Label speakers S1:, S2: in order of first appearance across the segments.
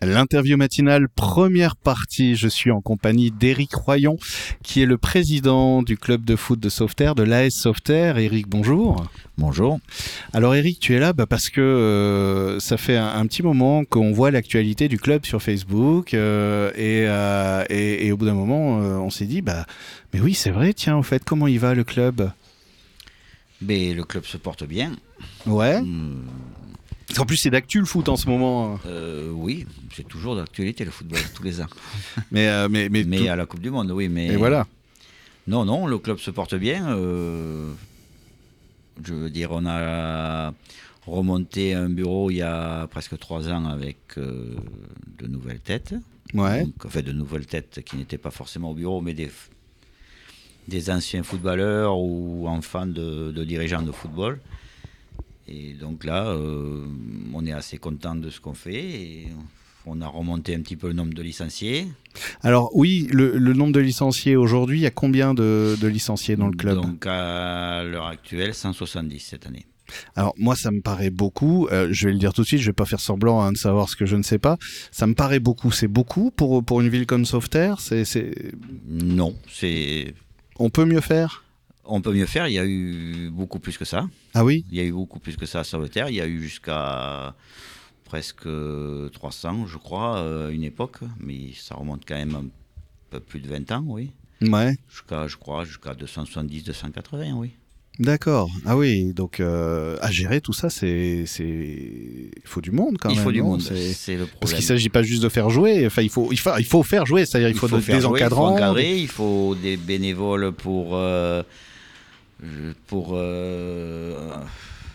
S1: L'interview matinale, première partie. Je suis en compagnie d'Éric Royon, qui est le président du club de foot de Sauveterre, de l'AS Sauveterre. Éric, bonjour.
S2: Bonjour.
S1: Alors Éric, tu es là bah, parce que euh, ça fait un, un petit moment qu'on voit l'actualité du club sur Facebook euh, et, euh, et, et au bout d'un moment, euh, on s'est dit, bah, mais oui, c'est vrai, tiens, au fait, comment il va le club
S2: Mais le club se porte bien.
S1: Ouais.
S2: Hmm,
S1: En plus, c'est d'actu le foot en ce moment.
S2: euh, oui, c'est toujours d'actualité le football, tous les ans.
S1: Mais, euh, mais, mais,
S2: Mais
S1: tout-
S2: à la Coupe du Monde, oui. Mais
S1: et voilà.
S2: Non, non, le club se porte bien. euh, je veux dire, on a remonté un bureau il y a presque trois ans avec euh, de nouvelles têtes.
S1: Ouais.
S2: Donc, en fait, de nouvelles têtes qui n'étaient pas forcément au bureau, mais des, des anciens footballeurs ou enfants de, de dirigeants de football. Et donc là, euh, on est assez content de ce qu'on fait. et on a remonté un petit peu le nombre de licenciés.
S1: Alors oui, le, le nombre de licenciés aujourd'hui, il y a combien de, de licenciés dans le club
S2: Donc à l'heure actuelle, 170 cette année.
S1: Alors moi, ça me paraît beaucoup. Euh, je vais le dire tout de suite, je vais pas faire semblant hein, de savoir ce que je ne sais pas. Ça me paraît beaucoup. C'est beaucoup pour, pour une ville comme Sauveterre. C'est, c'est...
S2: Non, c'est.
S1: On peut mieux faire
S2: On peut mieux faire, il y a eu beaucoup plus que ça.
S1: Ah oui
S2: Il y a eu beaucoup plus que ça à Sauveterre. Il y a eu jusqu'à presque 300, je crois, euh, à une époque. Mais ça remonte quand même un peu plus de 20 ans, oui.
S1: Ouais.
S2: Jusqu'à, je crois, jusqu'à 270, 280, oui.
S1: D'accord. Ah oui, donc euh, à gérer tout ça, c'est, c'est... Il faut du monde quand
S2: il
S1: même.
S2: faut du
S1: non
S2: monde,
S1: C'est-
S2: c'est, le problème.
S1: Parce qu'il s'agit pas juste de faire jouer, enfin, il, faut, il, faut, il faut faire jouer, c'est-à-dire il faut, de-
S2: faire
S1: des
S2: jouer,
S1: encadrants.
S2: Il faut encadrer, il faut des bénévoles pour, euh, je- pour, euh,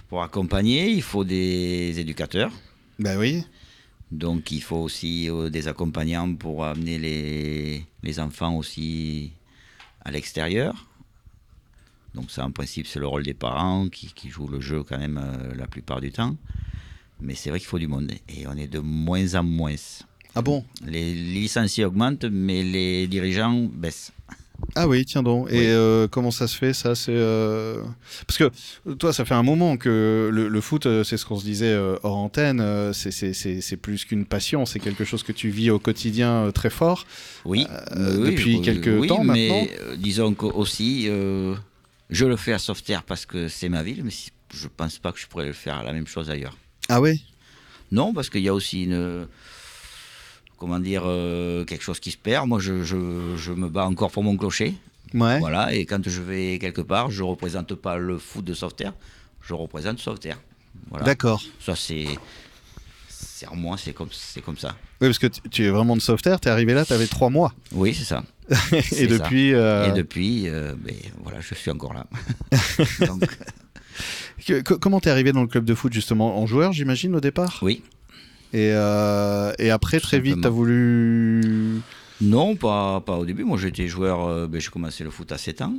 S2: pour accompagner, il faut des éducateurs.
S1: Ben oui.
S2: Donc il faut aussi euh, des accompagnants pour amener les, les enfants aussi à l'extérieur. Donc ça en principe c'est le rôle des parents qui, qui jouent le jeu quand même euh, la plupart du temps. Mais c'est vrai qu'il faut du monde et on est de moins en moins.
S1: Ah bon
S2: Les licenciés augmentent mais les dirigeants baissent.
S1: Ah oui, tiens donc. Et
S2: Oui.
S1: euh, comment ça se fait ça C'est euh, parce que euh, toi, ça fait un moment que le, le foot, euh, c'est ce qu'on se disait euh, hors antenne. euh, c'est- c'est- C'est c'est plus qu'une passion, c'est quelque chose que tu vis au quotidien euh, très fort.
S2: Oui,
S1: Euh,
S2: oui,
S1: depuis
S2: euh,
S1: quelque
S2: oui,
S1: temps
S2: mais
S1: maintenant.
S2: euh, disons que aussi, euh, je le fais à Sauveterre parce que c'est ma ville, mais si- je pense pas que je pourrais le faire la même chose ailleurs.
S1: Ah oui.
S2: Non, parce qu'il y a aussi une. Comment dire, euh, quelque chose qui se perd. Moi, je, je- je me bats encore pour mon clocher.
S1: Ouais.
S2: Voilà, et quand je vais quelque part, je représente pas le foot de Sauveterre, je représente Sauveterre. Voilà.
S1: D'accord.
S2: Ça, c'est. C'est en moi, c'est comme, c'est comme ça.
S1: Oui, parce que tu tu es vraiment de sauveterre. T'es arrivé là, t'avais trois mois.
S2: Oui, c'est ça.
S1: Et
S2: C'est ça.
S1: depuis, euh,
S2: Et depuis, euh, ben, voilà, je suis encore là. Donc,
S1: que- que- comment t'es arrivé dans le club de foot justement en joueur, j'imagine au départ.
S2: oui.
S1: Et, euh, et après
S2: Tout
S1: très vite,
S2: simplement.
S1: t'as voulu.
S2: Non, pas, pas au début. Moi, j'étais joueur, euh, ben, j'ai commencé le foot à 7 ans.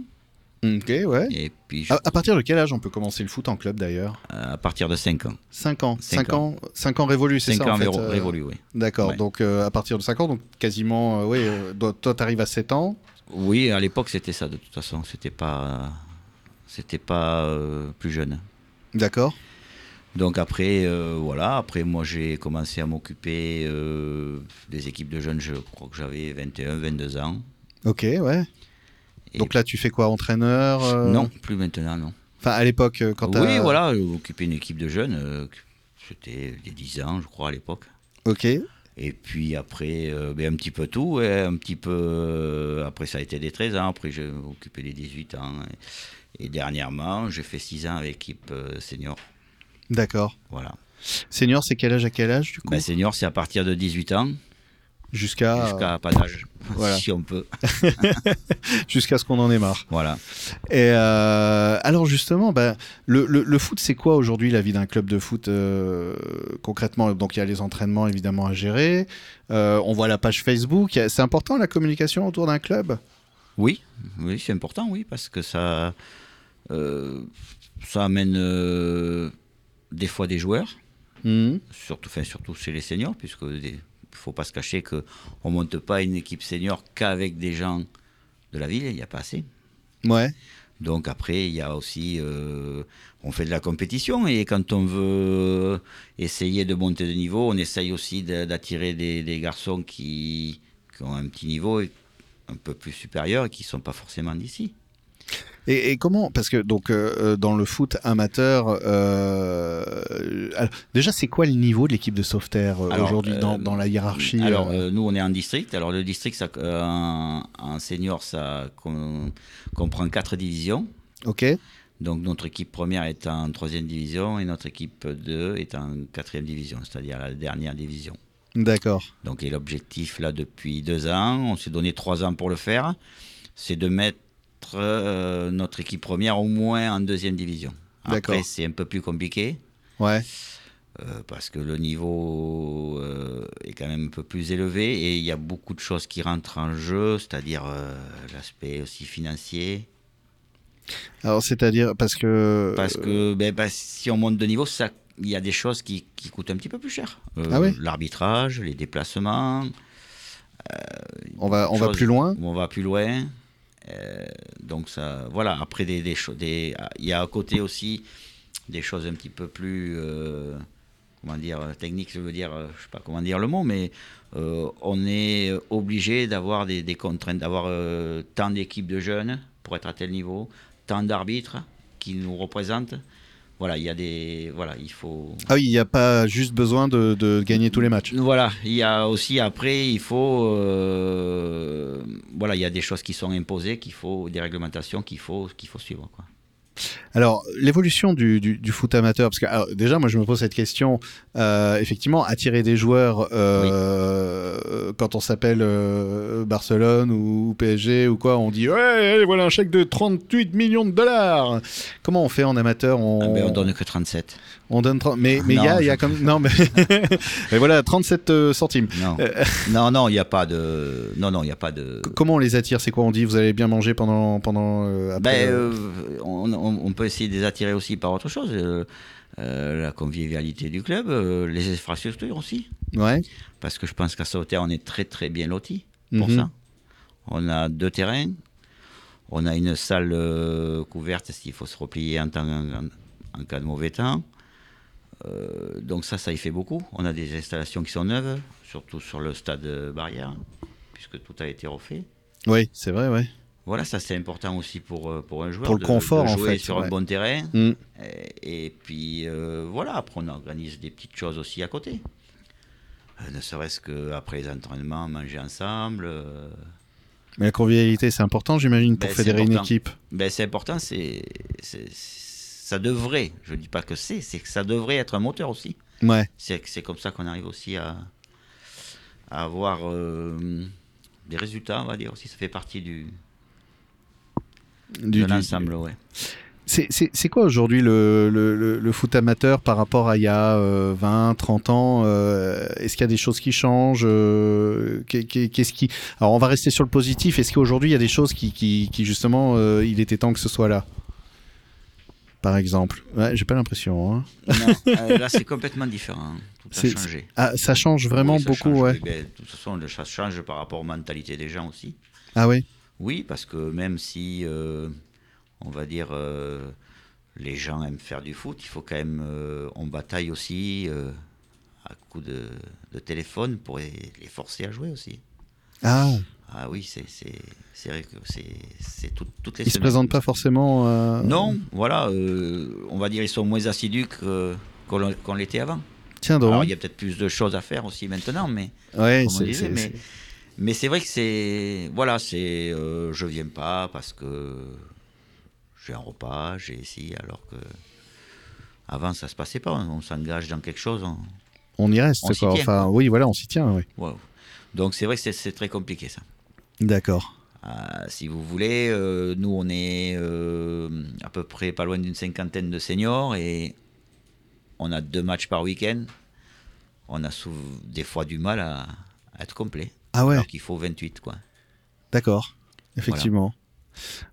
S1: Ok, ouais.
S2: Et puis, je-
S1: À, à partir de quel âge on peut commencer le foot en club d'ailleurs
S2: à partir de 5 ans.
S1: 5 ans,
S2: Cinq
S1: 5 ans, cinq ans révolus, c'est
S2: 5
S1: ça
S2: ans
S1: en fait.
S2: révo-
S1: euh,
S2: révolus, oui.
S1: D'accord.
S2: Ouais.
S1: Donc euh, à partir de 5 ans, donc quasiment, euh, oui, euh, do- toi t'arrives à 7 ans.
S2: Oui, à l'époque c'était ça de toute façon, c'était pas c'était pas euh, plus jeune.
S1: D'accord.
S2: Donc après euh, voilà, après moi j'ai commencé à m'occuper euh, des équipes de jeunes, je crois que j'avais 21 22 ans.
S1: Ok, ouais.
S2: Et-
S1: Donc là, tu fais quoi, entraîneur euh,
S2: Non, plus maintenant non.
S1: Enfin, à l'époque, euh, quand t'as.
S2: oui, voilà, j'occupais une équipe de jeunes, euh, c'était des 10 ans je crois à l'époque.
S1: Ok.
S2: Et puis après, euh, ben, un petit peu tout, ouais, un petit peu. euh, après, ça a été des 13 ans, après, j'ai occupé les 18 ans. Et, et dernièrement, j'ai fait 6 ans avec l'équipe euh, senior.
S1: D'accord.
S2: Voilà.
S1: Senior, c'est quel âge à quel âge du coup
S2: Ben, senior, c'est à partir de 18 ans
S1: Jusqu'à jusqu'à
S2: jusqu'à pas d'âge,
S1: Ah. Voilà.
S2: si on peut.
S1: ce qu'on en ait marre.
S2: Voilà.
S1: Et euh, alors justement, bah, le, le- le foot, c'est quoi aujourd'hui la vie d'un club de foot euh, concrètement Donc il y a les entraînements évidemment à gérer. Euh, on voit la page Facebook. Il y a- C'est important la communication autour d'un club.
S2: Oui, oui c'est important, oui, parce que ça, euh, ça amène euh, des fois des joueurs, Mmh. surtout, enfin, surtout chez les seniors, puisque des- faut pas se cacher qu'on ne monte pas une équipe senior qu'avec des gens de la ville, il n'y a pas assez.
S1: Ouais.
S2: Donc après, il y a aussi, euh, on fait de la compétition et quand on veut essayer de monter de niveau, on essaye aussi de- d'attirer des, des garçons qui, qui ont un petit niveau et un peu plus supérieur et qui ne sont pas forcément d'ici.
S1: Et, et comment Parce que donc euh, dans le foot amateur, euh, alors, déjà c'est quoi le niveau de l'équipe de Sauveterre euh,
S2: Alors,
S1: aujourd'hui dans,
S2: euh,
S1: dans la hiérarchie
S2: Alors
S1: euh,
S2: euh, nous, on est en district. Alors le district, ça, euh, en, en senior, ça com- comprend quatre divisions.
S1: Ok.
S2: Donc notre équipe première est en troisième division et notre équipe 2 est en quatrième division, c'est-à-dire la dernière division.
S1: D'accord.
S2: Donc et l'objectif là depuis deux ans, on s'est donné trois ans pour le faire, c'est de mettre euh, notre équipe première au moins en deuxième division. Après
S1: D'accord.
S2: c'est un peu plus compliqué
S1: Ouais.
S2: euh, parce que le niveau euh, est quand même un peu plus élevé et il y a beaucoup de choses qui rentrent en jeu, c'est-à-dire euh, l'aspect aussi financier.
S1: Alors c'est-à-dire parce que
S2: Parce que ben, ben, si on monte de niveau, ça, il y a des choses qui, qui coûtent un petit peu plus cher. Euh,
S1: Ah ouais
S2: L'arbitrage, les déplacements,
S1: on va on va
S2: chose-
S1: plus loin.
S2: on va plus loin. Euh, donc ça, voilà. Après des, des cho- des- il y a à côté aussi des choses un petit peu plus, euh, comment dire, techniques. Je veux dire, euh, je sais pas comment dire le mot, mais euh, on est obligé d'avoir des, des contraintes, d'avoir euh, tant d'équipes de jeunes pour être à tel niveau, tant d'arbitres qui nous représentent. Voilà, il y a des, voilà, il faut.
S1: Ah oui, il n'y a pas juste besoin de, de gagner tous les matchs.
S2: Voilà, il y a aussi après, il faut. euh, voilà, il y a des choses qui sont imposées, qu'il faut, des réglementations qu'il faut, qu'il faut suivre. Quoi.
S1: Alors, l'évolution du, du- du foot amateur, parce que alors, déjà, moi, je me pose cette question. euh, effectivement, attirer des joueurs euh, quand on s'appelle euh, Barcelone ou PSG ou quoi, on dit ouais, voilà un chèque de 38 millions de dollars. Comment on fait en amateur On,
S2: Ah ben, on donne que 37.
S1: on donne 30 mais mais il y a,
S2: Non,
S1: il y a
S2: je-
S1: comme non mais, mais voilà 37 euh, centimes.
S2: Non,
S1: Euh.
S2: non, non, il n'y a pas de. Non, non, il n'y a pas de.
S1: C- Comment on les attire C'est quoi On dit vous allez bien manger pendant pendant euh, après,
S2: Ben,
S1: euh,
S2: euh, on, on- on peut essayer de les attirer aussi par autre chose. euh, euh, la convivialité du club, euh, les infrastructures aussi.
S1: ouais.
S2: Parce que je pense qu'à Sauveterre, on est très très bien lotis. pour
S1: Mhm.
S2: ça. On a deux terrains. On a une salle euh, couverte s'il faut se replier en, temps- en- en cas de mauvais temps. Euh, donc ça, ça y fait beaucoup. On a des installations qui sont neuves, surtout sur le stade euh, barrière, puisque tout a été refait.
S1: Oui, c'est vrai, ouais.
S2: Voilà, ça c'est important aussi pour, euh, pour un joueur.
S1: Pour le
S2: de-
S1: confort,
S2: de
S1: en
S2: jouer
S1: fait,
S2: sur
S1: ouais.
S2: un bon terrain.
S1: Mm.
S2: Et, et puis euh, voilà, après on organise des petites choses aussi à côté. Euh, ne serait-ce qu'après les entraînements, manger ensemble. euh,
S1: Mais la convivialité, c'est important, j'imagine, pour
S2: Ben, c'est
S1: fédérer une
S2: important.
S1: équipe.
S2: Ben, c'est important, c'est, c'est- ça devrait, je ne dis pas que c'est, c'est que ça devrait être un moteur aussi.
S1: Ouais.
S2: C'est, c'est comme ça qu'on arrive aussi à, à avoir euh, des résultats, on va dire aussi. Ça fait partie du,
S1: Du-
S2: de
S1: du-
S2: l'ensemble, ouais.
S1: C'est- C'est c'est quoi aujourd'hui le, le- le- le foot amateur par rapport à il y a euh, 20, 30 ans euh, Est-ce qu'il y a des choses qui changent euh, qu'est- qu'est- Qu'est-ce qui Alors on va rester sur le positif. Est-ce qu'aujourd'hui il y a des choses qui, qui- qui, justement euh, il était temps que ce soit là Par exemple, ouais, j'ai pas l'impression. hein.
S2: Non, euh, là, c'est complètement différent. hein. Tout a
S1: C'est-
S2: changé.
S1: Ah, ça change vraiment
S2: Oui, ça
S1: beaucoup,
S2: change.
S1: ouais.
S2: Oui, ben, de toute façon, le- ça change par rapport aux mentalités des gens aussi.
S1: Ah oui.
S2: Oui, parce que même si, euh, on va dire, euh, les gens aiment faire du foot, il faut quand même. euh, on bataille aussi euh, à coups de, de téléphone pour les, les forcer à jouer aussi.
S1: Ah,
S2: Ah oui, c'est c'est- c'est vrai que c'est- c'est tout- toutes les
S1: ils se
S2: semaines
S1: présentent pas
S2: comme
S1: forcément. euh,
S2: ça. Non, voilà, euh, on va dire ils sont moins assidus que- qu'on l'on- qu'on l'était avant.
S1: Tiens donc.
S2: Alors il y a peut-être plus de choses à faire aussi maintenant, mais
S1: Ouais,
S2: comme on
S1: c'est-
S2: disait,
S1: c'est-
S2: mais, mais c'est vrai que c'est. Voilà, c'est. euh, je viens pas parce que j'ai un repas, j'ai ici, alors que. Avant, ça se passait pas. On s'engage dans quelque chose. on-
S1: on y reste.
S2: on s'y
S1: quoi.
S2: tient,
S1: Enfin, oui, voilà, on s'y tient. Oui.
S2: waouh. Donc c'est vrai que c'est- c'est très compliqué ça.
S1: D'accord.
S2: Ah, si vous voulez, euh, nous on est euh, à peu près pas loin d'une cinquantaine de seniors et on a deux matchs par week-end. On a sou- des fois du mal à, à être complet.
S1: Ah ouais.
S2: Alors qu'il faut 28 quoi.
S1: D'accord, effectivement.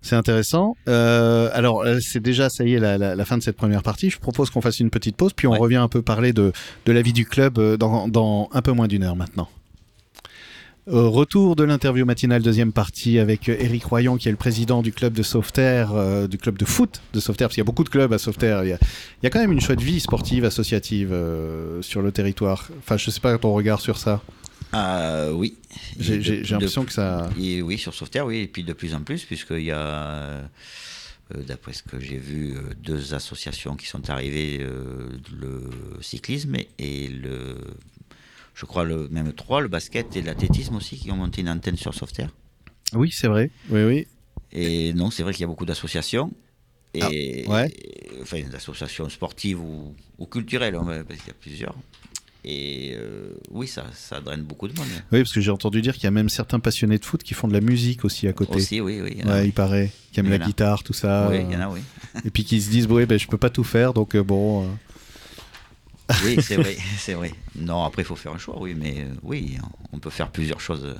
S1: C'est intéressant. Euh, alors, euh, c'est déjà, ça y est, la, la- la fin de cette première partie. Je propose qu'on fasse une petite pause, puis on
S2: Ouais.
S1: revient un peu parler de, de la vie du club euh, dans, dans un peu moins d'une heure maintenant. Euh, retour de l'interview matinale, deuxième partie, avec Eric Royan, qui est le président du club de Sauveterre, euh, du club de foot de Sauveterre, parce qu'il y a beaucoup de clubs à Sauveterre. Il y a, il y a quand même une chouette vie sportive, associative euh, sur le territoire. Enfin, je sais pas ton regard sur ça.
S2: Ah oui.
S1: J'ai
S2: Et
S1: j'ai-
S2: de-
S1: j'ai l'impression
S2: de-
S1: que ça.
S2: Et oui, sur Sauveterre, oui, et puis de plus en plus, puisqu'il y a, euh, d'après ce que j'ai vu, euh, deux associations qui sont arrivées, euh, le cyclisme et le, je crois le même trois, le basket et l'athlétisme aussi, qui ont monté une antenne sur Sauveterre.
S1: Oui, c'est vrai. Oui, oui.
S2: Et non, c'est vrai qu'il y a beaucoup d'associations. Et,
S1: Ah, ouais.
S2: et- enfin, d'associations sportives ou, ou culturelles, on va- parce qu'il y a plusieurs. Et euh, oui, ça, ça draine beaucoup de monde.
S1: Oui, parce que j'ai entendu dire qu'il y a même certains passionnés de foot qui font de la musique aussi à côté.
S2: Aussi, oui, oui. il y en a.
S1: Ouais, il paraît. Qui aiment
S2: Il y
S1: la
S2: en a.
S1: guitare, tout ça.
S2: Oui, il y en a, oui.
S1: Et puis qui se disent, ouais, ben, je peux pas tout faire, donc euh, bon. euh,
S2: Oui, c'est vrai, c'est vrai. Non, après, il faut faire un choix, oui, mais euh, oui, on peut faire plusieurs choses. euh,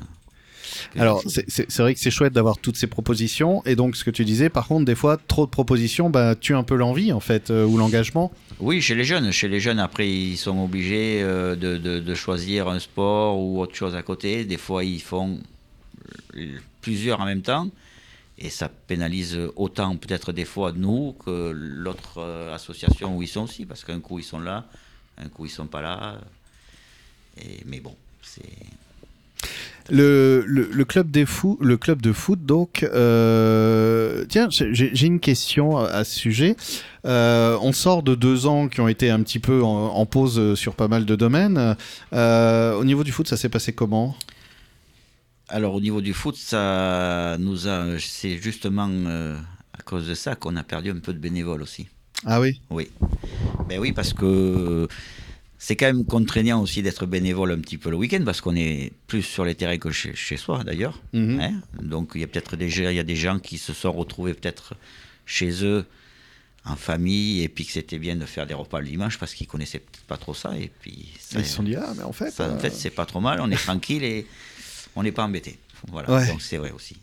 S2: plusieurs
S1: Alors,
S2: choses.
S1: c'est- c'est c'est vrai que c'est chouette d'avoir toutes ces propositions. Et donc, ce que tu disais, par contre, des fois, trop de propositions bah, tue un peu l'envie, en fait, euh, ou l'engagement.
S2: Oui, chez les jeunes, chez les jeunes, après, ils sont obligés euh, de, de- de choisir un sport ou autre chose à côté. Des fois, ils font euh, plusieurs en même temps. Et ça pénalise autant, peut-être des fois, nous que l'autre euh, association où ils sont aussi. Parce qu'un coup, ils sont là, un coup, ils sont pas là. Et, mais bon, c'est.
S1: Le, le, le club, des fous, le club de foot, donc. euh, Tiens, j'ai- j'ai j'ai une question à à ce sujet. Euh, on sort de deux ans qui ont été un petit peu en, en pause euh, sur pas mal de domaines. Euh, au niveau du foot, ça s'est passé comment
S2: Alors au niveau du foot, ça nous a, c'est justement euh, à cause de ça qu'on a perdu un peu de bénévoles aussi.
S1: Ah oui
S2: Oui. Ben oui, parce que c'est quand même contraignant aussi d'être bénévole un petit peu le week-end parce qu'on est plus sur les terrains que chez, chez soi d'ailleurs.
S1: Mhm.
S2: hein. Donc il y a peut-être des gens, il y a des gens qui se sont retrouvés peut-être chez eux en famille et puis que c'était bien de faire des repas le dimanche parce qu'ils connaissaient peut-être pas trop ça et puis ça,
S1: Ils se sont dit, ah, mais en fait.
S2: ça, en
S1: euh,
S2: fait, c'est pas trop mal, on est tranquille et on n'est pas embêté. Voilà,
S1: Ouais.
S2: donc c'est vrai aussi.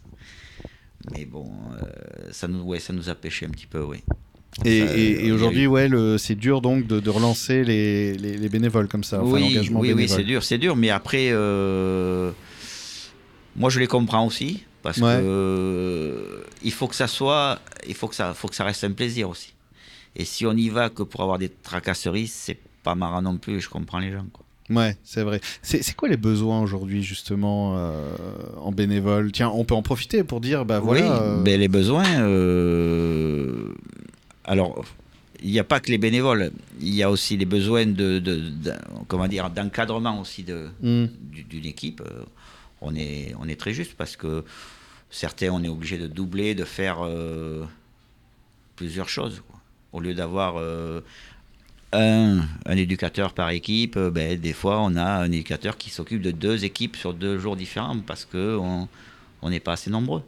S2: Mais bon, euh, ça, nous, ouais, ça nous a pêché un petit peu, oui.
S1: Et,
S2: Ça,
S1: et- et
S2: il y a
S1: aujourd'hui,
S2: eu-
S1: ouais, le- c'est dur donc de, de relancer les, les- les bénévoles comme ça, enfin,
S2: oui,
S1: l'engagement
S2: oui, oui,
S1: bénévole.
S2: c'est dur, c'est dur, mais après, euh, moi je les comprends aussi, parce
S1: Ouais.
S2: que euh, il faut que ça soit, il faut que ça, faut que ça reste un plaisir aussi. Et si on y va que pour avoir des tracasseries, c'est pas marrant non plus, je comprends les gens. Quoi.
S1: Ouais, c'est vrai. C'est c'est quoi les besoins aujourd'hui justement euh, en bénévoles Tiens, on peut en profiter pour dire, bah voilà.
S2: Oui,
S1: euh,
S2: ben, les besoins. euh, Alors, il n'y a pas que les bénévoles. Il y a aussi les besoins de, de- d'un- comment dire, d'encadrement aussi de,
S1: hmm,
S2: du- d'une équipe. Euh, On est, on est très juste parce que certains, on est obligé de doubler, de faire euh, plusieurs choses. quoi. Au lieu d'avoir euh, un, un éducateur par équipe, euh, ben, des fois, on a un éducateur qui s'occupe de deux équipes sur deux jours différents parce qu'on on n'est pas assez nombreux.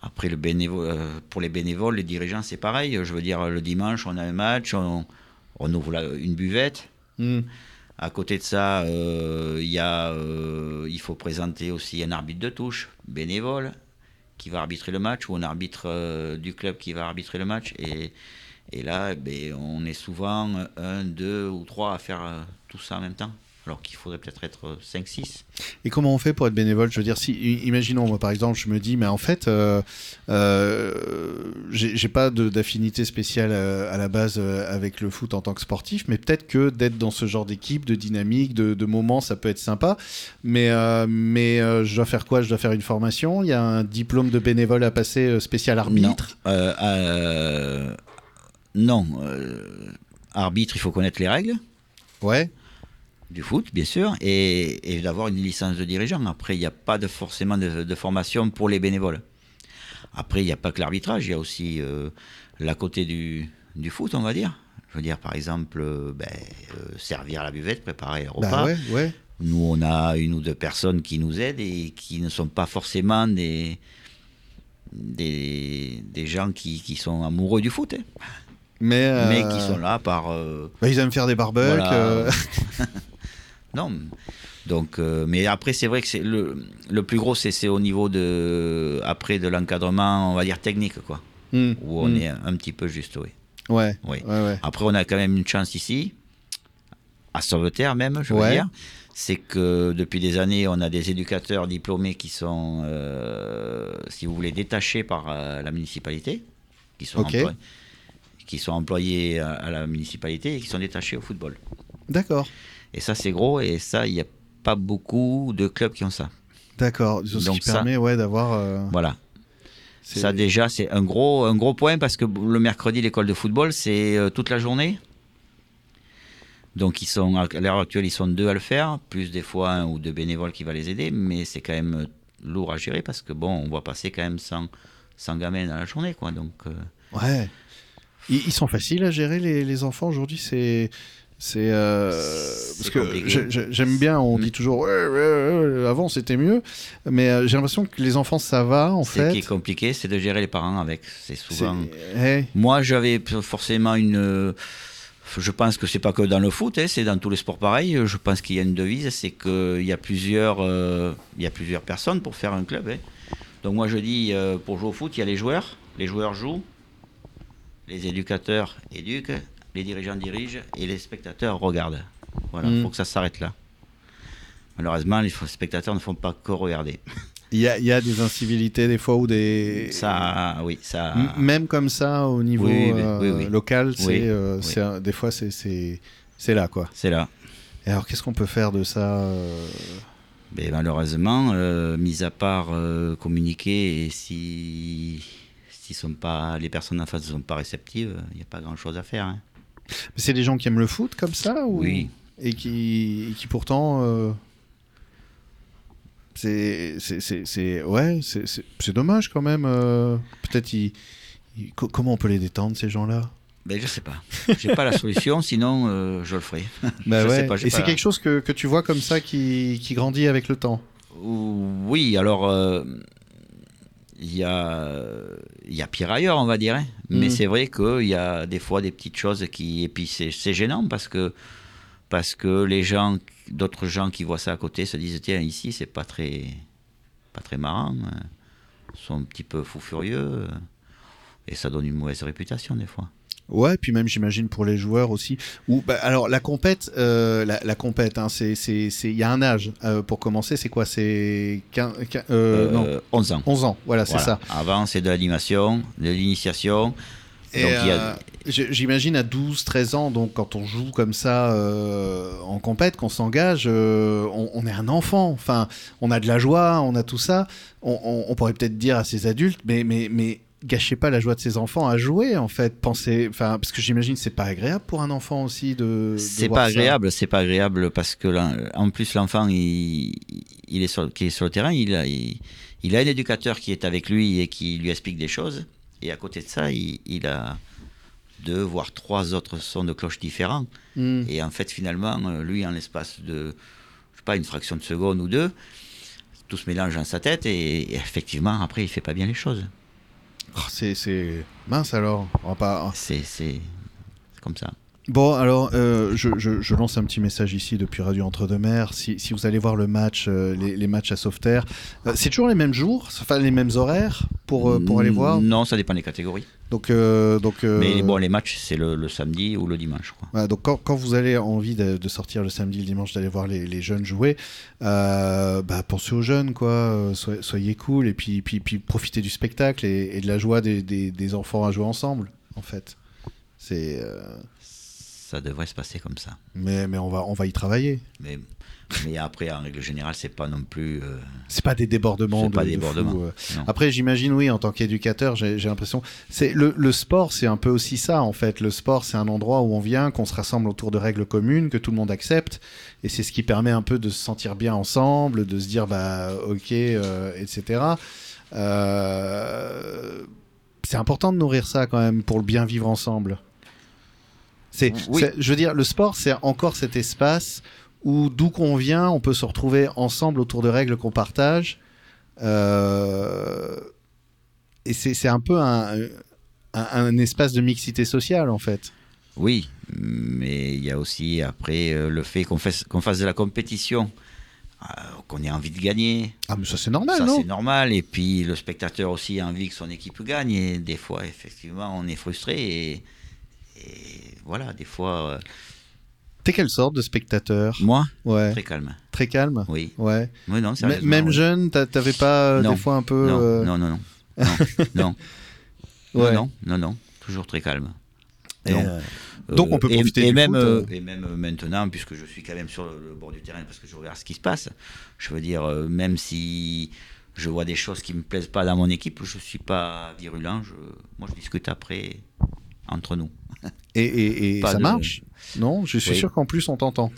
S2: Après, le bénévo- euh, pour les bénévoles, les dirigeants, c'est pareil. Je veux dire, le dimanche, on a un match, on, on ouvre la- une buvette.
S1: hmm.
S2: À côté de ça, euh, il y a, euh, il faut présenter aussi un arbitre de touche, bénévole, qui va arbitrer le match, ou un arbitre euh, du club qui va arbitrer le match. Et, et là, eh ben, on est souvent euh, un, deux ou trois à faire euh, tout ça en même temps, alors qu'il faudrait peut-être être euh, cinq, six.
S1: Et comment on fait pour être bénévole Je veux dire, si i- imaginons moi par exemple, je me dis, mais en fait, euh, euh, j'ai j'ai pas de- d'affinité spéciale euh, à la base euh, avec le foot en tant que sportif, mais peut-être que d'être dans ce genre d'équipe, de dynamique, de, de moments, ça peut être sympa. Mais euh, mais euh, je dois faire quoi Je dois faire une formation. Il y a un diplôme de bénévole à passer euh, spécial arbitre.
S2: Non, euh, euh, non, euh, arbitre, il faut connaître les règles.
S1: Ouais.
S2: Du foot, bien sûr, et, et d'avoir une licence de dirigeant. Après, il n'y a pas de, forcément de, de formation pour les bénévoles. Après, il n'y a pas que l'arbitrage, il y a aussi euh, l'à côté du, du foot, on va dire. Je veux dire, par exemple, euh, ben, euh, servir à la buvette, préparer le repas.
S1: Bah ouais, ouais.
S2: Nous, on a une ou deux personnes qui nous aident et qui ne sont pas forcément des, des, des gens qui, qui sont amoureux du foot, hein,
S1: Mais, euh,
S2: mais qui sont là par... euh,
S1: bah, ils aiment faire des barbecues.
S2: Voilà.
S1: euh,
S2: non. Donc, euh, mais après, c'est vrai que c'est le, le plus gros, c'est c'est au niveau de après de l'encadrement, on va dire technique, quoi,
S1: hmm,
S2: où on
S1: hmm.
S2: est un petit peu juste, oui.
S1: Ouais.
S2: Oui.
S1: Ouais, ouais.
S2: Après, on a quand même une chance ici, à Sauveterre même, je veux
S1: Ouais.
S2: dire, c'est que depuis des années, on a des éducateurs diplômés qui sont, euh, si vous voulez, détachés par euh, la municipalité, qui sont,
S1: Ok.
S2: employés, qui sont employés euh, à, à la municipalité et qui sont détachés au football.
S1: D'accord,
S2: Et ça, c'est gros, et ça, il n'y a pas beaucoup de clubs qui ont ça.
S1: d'accord. Ce
S2: Donc
S1: qui
S2: ça-
S1: permet ouais, d'avoir. euh,
S2: Voilà.
S1: c'est-
S2: Ça, déjà, c'est un gros, un gros point parce que le mercredi, l'école de football, c'est euh, toute la journée. Donc, ils sont, à l'heure actuelle, ils sont deux à le faire, plus des fois un ou deux bénévoles qui va les aider, mais c'est quand même euh, lourd à gérer parce que, bon, on va passer quand même 100, 100 gamins dans la journée, quoi. Donc, euh,
S1: Ouais. Ils, ils sont faciles à gérer, les, les enfants, aujourd'hui. C'est. C'est. euh,
S2: C'est
S1: parce que
S2: compliqué.
S1: j'ai- j'ai- j'aime bien, on
S2: Mm.
S1: dit toujours. Ouais, ouais, ouais, avant, c'était mieux. Mais euh, j'ai l'impression que les enfants, ça va, en
S2: ce qui
S1: fait.
S2: est compliqué, c'est de gérer les parents avec. C'est
S1: C'est-
S2: souvent.
S1: Ouais.
S2: Moi, j'avais p- forcément une. euh, Je pense que c'est pas que dans le foot, hein, c'est dans tous les sports pareils. Je pense qu'il y a une devise, c'est qu'il y a plusieurs, euh, il y a plusieurs personnes pour faire un club. hein. Donc moi, je dis euh, pour jouer au foot, il y a les joueurs, les joueurs jouent, les éducateurs éduquent, les dirigeants dirigent et les spectateurs regardent. Voilà, il
S1: Mm.
S2: faut que ça s'arrête là. Malheureusement, les f- spectateurs ne font pas que regarder.
S1: Il y a, il y a des incivilités, des fois, ou des.
S2: Ça, oui, ça.
S1: M- Même comme ça, au niveau
S2: Oui, oui,
S1: euh,
S2: oui, oui.
S1: local, c'est,
S2: Oui,
S1: euh,
S2: oui.
S1: c'est un- des fois, c'est, c'est, c'est là, quoi.
S2: C'est là.
S1: Et alors, qu'est-ce qu'on peut faire de ça euh,
S2: Mais malheureusement, euh, mis à part euh, communiquer, et si, si sont pas, les personnes en face ne sont pas réceptives, il n'y a pas grand-chose à faire. hein.
S1: C'est des gens qui aiment le foot, comme ça ou...
S2: Oui.
S1: Et qui, et qui pourtant... euh, C'est, c'est, c'est, c'est- ouais, c'est, c'est, c'est dommage, quand même. euh, Peut-être, ils- ils- co- comment on peut les détendre, ces gens-là
S2: Mais Ben, je sais pas. J'ai pas la solution, sinon euh, je le ferai.
S1: Bah
S2: Je
S1: ouais.
S2: sais pas, j'ai
S1: Et
S2: pas
S1: c'est
S2: la-
S1: quelque chose que, que tu vois comme ça qui, qui grandit avec le temps
S2: Oui, alors euh, il y a il y a pire ailleurs, on va dire. hein. Mais
S1: Mm.
S2: c'est vrai qu'il y a des fois des petites choses qui et puis c'est c'est gênant parce que parce que les gens d'autres gens qui voient ça à côté se disent tiens ici c'est pas très pas très marrant, euh, ils sont un petit peu fous furieux euh, et ça donne une mauvaise réputation des fois.
S1: Ouais, puis même j'imagine pour les joueurs aussi. Ou bah, alors la compète, euh, la, la compète, hein, c'est c'est c'est il y a un âge euh, pour commencer. C'est quoi C'est 15, euh, non
S2: Euh, 11 ans.
S1: 11 ans. Voilà, c'est
S2: Voilà.
S1: ça.
S2: Avant c'est de l'animation, de l'initiation.
S1: Et,
S2: Donc, il y a-
S1: euh, j- J'imagine à 12, 13 ans, donc quand on joue comme ça euh, en compète, qu'on s'engage, euh, on, on est un enfant. Enfin, on a de la joie, on a tout ça. On, on- on pourrait peut-être dire à ces adultes, mais, mais, mais gâchez pas la joie de ces enfants à jouer, en fait. Pensez, enfin, parce que j'imagine que c'est pas agréable pour un enfant aussi de. de
S2: C'est
S1: voir
S2: pas
S1: ça.
S2: agréable, c'est pas agréable parce que l'en- en plus l'enfant il, il est sur, qui est sur le terrain, il a, il, il a un éducateur qui est avec lui et qui lui explique des choses et à côté de ça il, il a deux voire trois autres sons de cloche différents
S1: Hmm.
S2: et en fait finalement euh, lui en l'espace de je sais pas une fraction de seconde ou deux tout se mélange dans sa tête et, et effectivement après il fait pas bien les choses.
S1: Oh, c'est- c'est mince alors. On va pas.
S2: C'est c'est c'est comme ça.
S1: Bon, alors, euh, je, je- je lance un petit message ici depuis Radio Entre-deux-Mers. Si, si vous allez voir le match, euh, les, les matchs à Sauveterre, euh, c'est toujours les mêmes jours, enfin les mêmes horaires pour, euh, pour aller voir.
S2: Non, ça dépend des catégories.
S1: Donc, euh, donc, euh,
S2: Mm. Mais bon les matchs c'est le, le samedi ou le dimanche je crois.
S1: voilà, donc quand, quand vous avez envie de, de sortir le samedi, le dimanche, d'aller voir les, les jeunes jouer, euh, bah, pensez aux jeunes, quoi. Euh, soyez, soyez cool et puis, puis, puis profitez du spectacle et, et de la joie des, des- des enfants à jouer ensemble, en fait. C'est, euh,
S2: Ça devrait se passer comme ça.
S1: mais, mais on va, on va y travailler.
S2: Mais, mais après, en règle générale, c'est pas non plus. euh,
S1: C'est pas des débordements.
S2: C'est
S1: de-
S2: pas
S1: de
S2: des
S1: fou,
S2: débordements,
S1: euh.
S2: non.
S1: Après, j'imagine, oui, en tant qu'éducateur, j'ai j'ai l'impression. c'est Le, le sport, c'est un peu aussi ça, en fait. Le sport, c'est un endroit où on vient, qu'on se rassemble autour de règles communes, que tout le monde accepte. Et c'est ce qui permet un peu de se sentir bien ensemble, de se dire, bah, ok, euh, etc. Euh, c'est important de nourrir ça, quand même, pour le bien vivre ensemble. C'est,
S2: Oui.
S1: c'est- je veux dire, le sport, c'est encore cet espace où d'où qu'on vient, on peut se retrouver ensemble autour de règles qu'on partage. Euh, Et c'est c'est un peu un, un, un espace de mixité sociale, en fait.
S2: Oui, mais il y a aussi après euh, le fait qu'on fasse, qu'on fasse de la compétition, euh, qu'on ait envie de gagner.
S1: Ah, mais ça, c'est normal,
S2: ça,
S1: non
S2: c'est normal. Et puis, le spectateur aussi a envie que son équipe gagne. Et des fois, effectivement, on est frustré. Et, et voilà, des fois, euh,
S1: T'es quelle sorte de spectateur
S2: Moi,
S1: Ouais. Très,
S2: très calme.
S1: calme
S2: Oui.
S1: Ouais.
S2: Oui, non,
S1: M-
S2: sérieusement,
S1: même
S2: oui.
S1: jeune, t'a- t'avais pas euh,
S2: Non.
S1: des fois un peu.
S2: Non,
S1: euh,
S2: non, non, non. Non, non.
S1: Ouais.
S2: non, non, non, non. toujours très calme.
S1: Et,
S2: Non.
S1: euh, donc on peut
S2: et-
S1: profiter
S2: et
S1: du
S2: même,
S1: foot,
S2: euh,
S1: euh.
S2: Et même euh, maintenant, puisque je suis quand même sur le, le bord du terrain, parce que je regarde ce qui se passe, je veux dire, euh, même si je vois des choses qui ne me plaisent pas dans mon équipe, je ne suis pas virulent, je, moi je discute après entre nous.
S1: et, et- et
S2: Pas
S1: ça
S2: de-
S1: marche Non, je suis
S2: Oui.
S1: sûr qu'en plus on t'entend.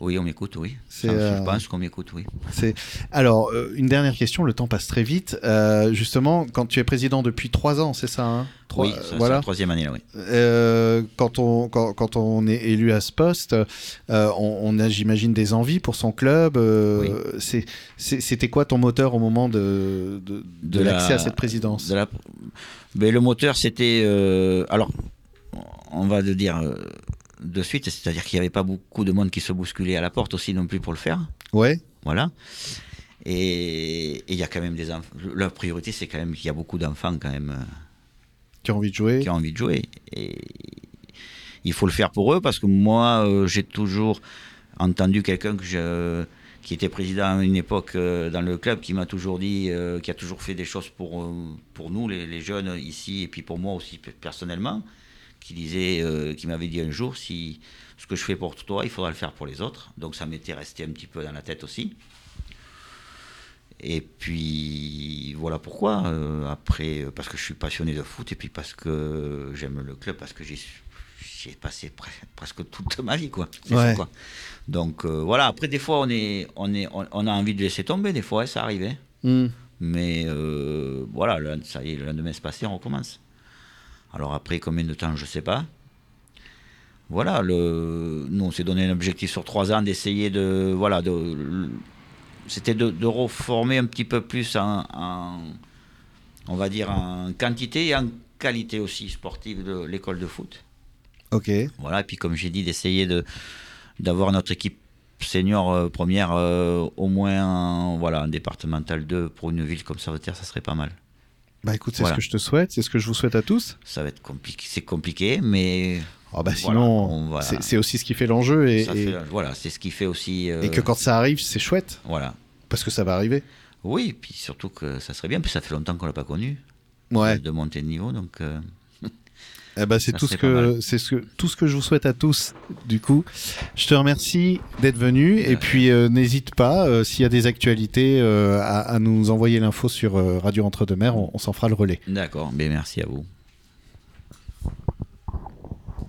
S2: Oui, on m'écoute, oui.
S1: C'est,
S2: Ça,
S1: euh,
S2: Je pense qu'on m'écoute, oui.
S1: C'est- Alors, euh, une dernière question, le temps passe très vite. Euh, justement, quand tu es président depuis trois ans, c'est ça hein Trois-
S2: oui,
S1: euh,
S2: ça, c'est
S1: voilà.
S2: la troisième année, là, oui.
S1: Euh, quand, on, quand, quand on est élu à ce poste, euh, on, on a, j'imagine, des envies pour son club. euh, c'est- c'est- C'était quoi ton moteur au moment de, de, de
S2: De la-
S1: l'accès à cette présidence
S2: De la- Mais le moteur, c'était. euh, Alors, on va le dire euh, de suite, c'est-à-dire qu'il n'y avait pas beaucoup de monde qui se bousculait à la porte aussi non plus pour le faire.
S1: Ouais,
S2: Voilà. Et et il y a quand même des enfants. La priorité, c'est quand même qu'il y a beaucoup d'enfants quand même euh,
S1: tu as envie de jouer
S2: qui ont envie de jouer. Et il faut le faire pour eux parce que moi, euh, j'ai toujours entendu quelqu'un que je- qui était président à une époque euh, dans le club, qui m'a toujours dit, euh, qui a toujours fait des choses pour, euh, pour nous, les, les jeunes ici, et puis pour moi aussi pe- personnellement, qui disait, euh, qui m'avait dit un jour, si ce que je fais pour toi, il faudra le faire pour les autres. Donc ça m'était resté un petit peu dans la tête aussi. Et puis voilà pourquoi. euh, après, euh, parce que je suis passionné de foot et puis parce que j'aime le club, parce que j'y suis- j'y ai passé pre- presque toute ma vie, quoi. C'est
S1: Ouais.
S2: ça, quoi. Donc euh, voilà. Après, des fois, on est, on est, on, on a envie de laisser tomber. Des fois, hein, ça arrivait.
S1: Hmm.
S2: Mais euh, voilà, le- ça y est, le lendemain c'est passé, on recommence. Alors après, combien de temps, je sais pas. Voilà, le, nous on s'est donné un objectif sur trois ans d'essayer de. Voilà, de, le- c'était de, de reformer un petit peu plus en, en- On va dire en quantité et en qualité aussi sportive de l'école de foot.
S1: Ok.
S2: Voilà, et puis comme j'ai dit, d'essayer de d'avoir notre équipe senior euh, première euh, au moins en, voilà, en départemental 2 pour une ville comme Sauveterre, ça serait pas mal.
S1: Bah écoute, c'est
S2: Voilà.
S1: ce que je te souhaite, c'est ce que je vous souhaite à tous.
S2: Ça va être compliqué, c'est compliqué, mais
S1: Ah bah
S2: Voilà,
S1: sinon,
S2: on va-
S1: c'est- c'est aussi ce qui fait l'enjeu et,
S2: ça
S1: et-
S2: fait- voilà, c'est ce qui fait aussi. euh,
S1: et que quand ça arrive, c'est chouette
S2: Voilà.
S1: parce que ça va arriver.
S2: Oui, puis surtout que ça serait bien, puis ça fait longtemps qu'on l'a pas connu
S1: Ouais.
S2: de monter de niveau, donc euh,
S1: Eh ben, c'est
S2: Ça
S1: tout ce
S2: serait Ah, pas
S1: que c'est ce que tout ce que je vous souhaite à tous. Du coup, je te remercie d'être venu et puis euh, n'hésite pas euh, s'il y a des actualités euh, à, à nous envoyer l'info sur euh, Radio Entre deux Mers, on, on s'en fera le relais.
S2: d'accord. Mais merci à vous.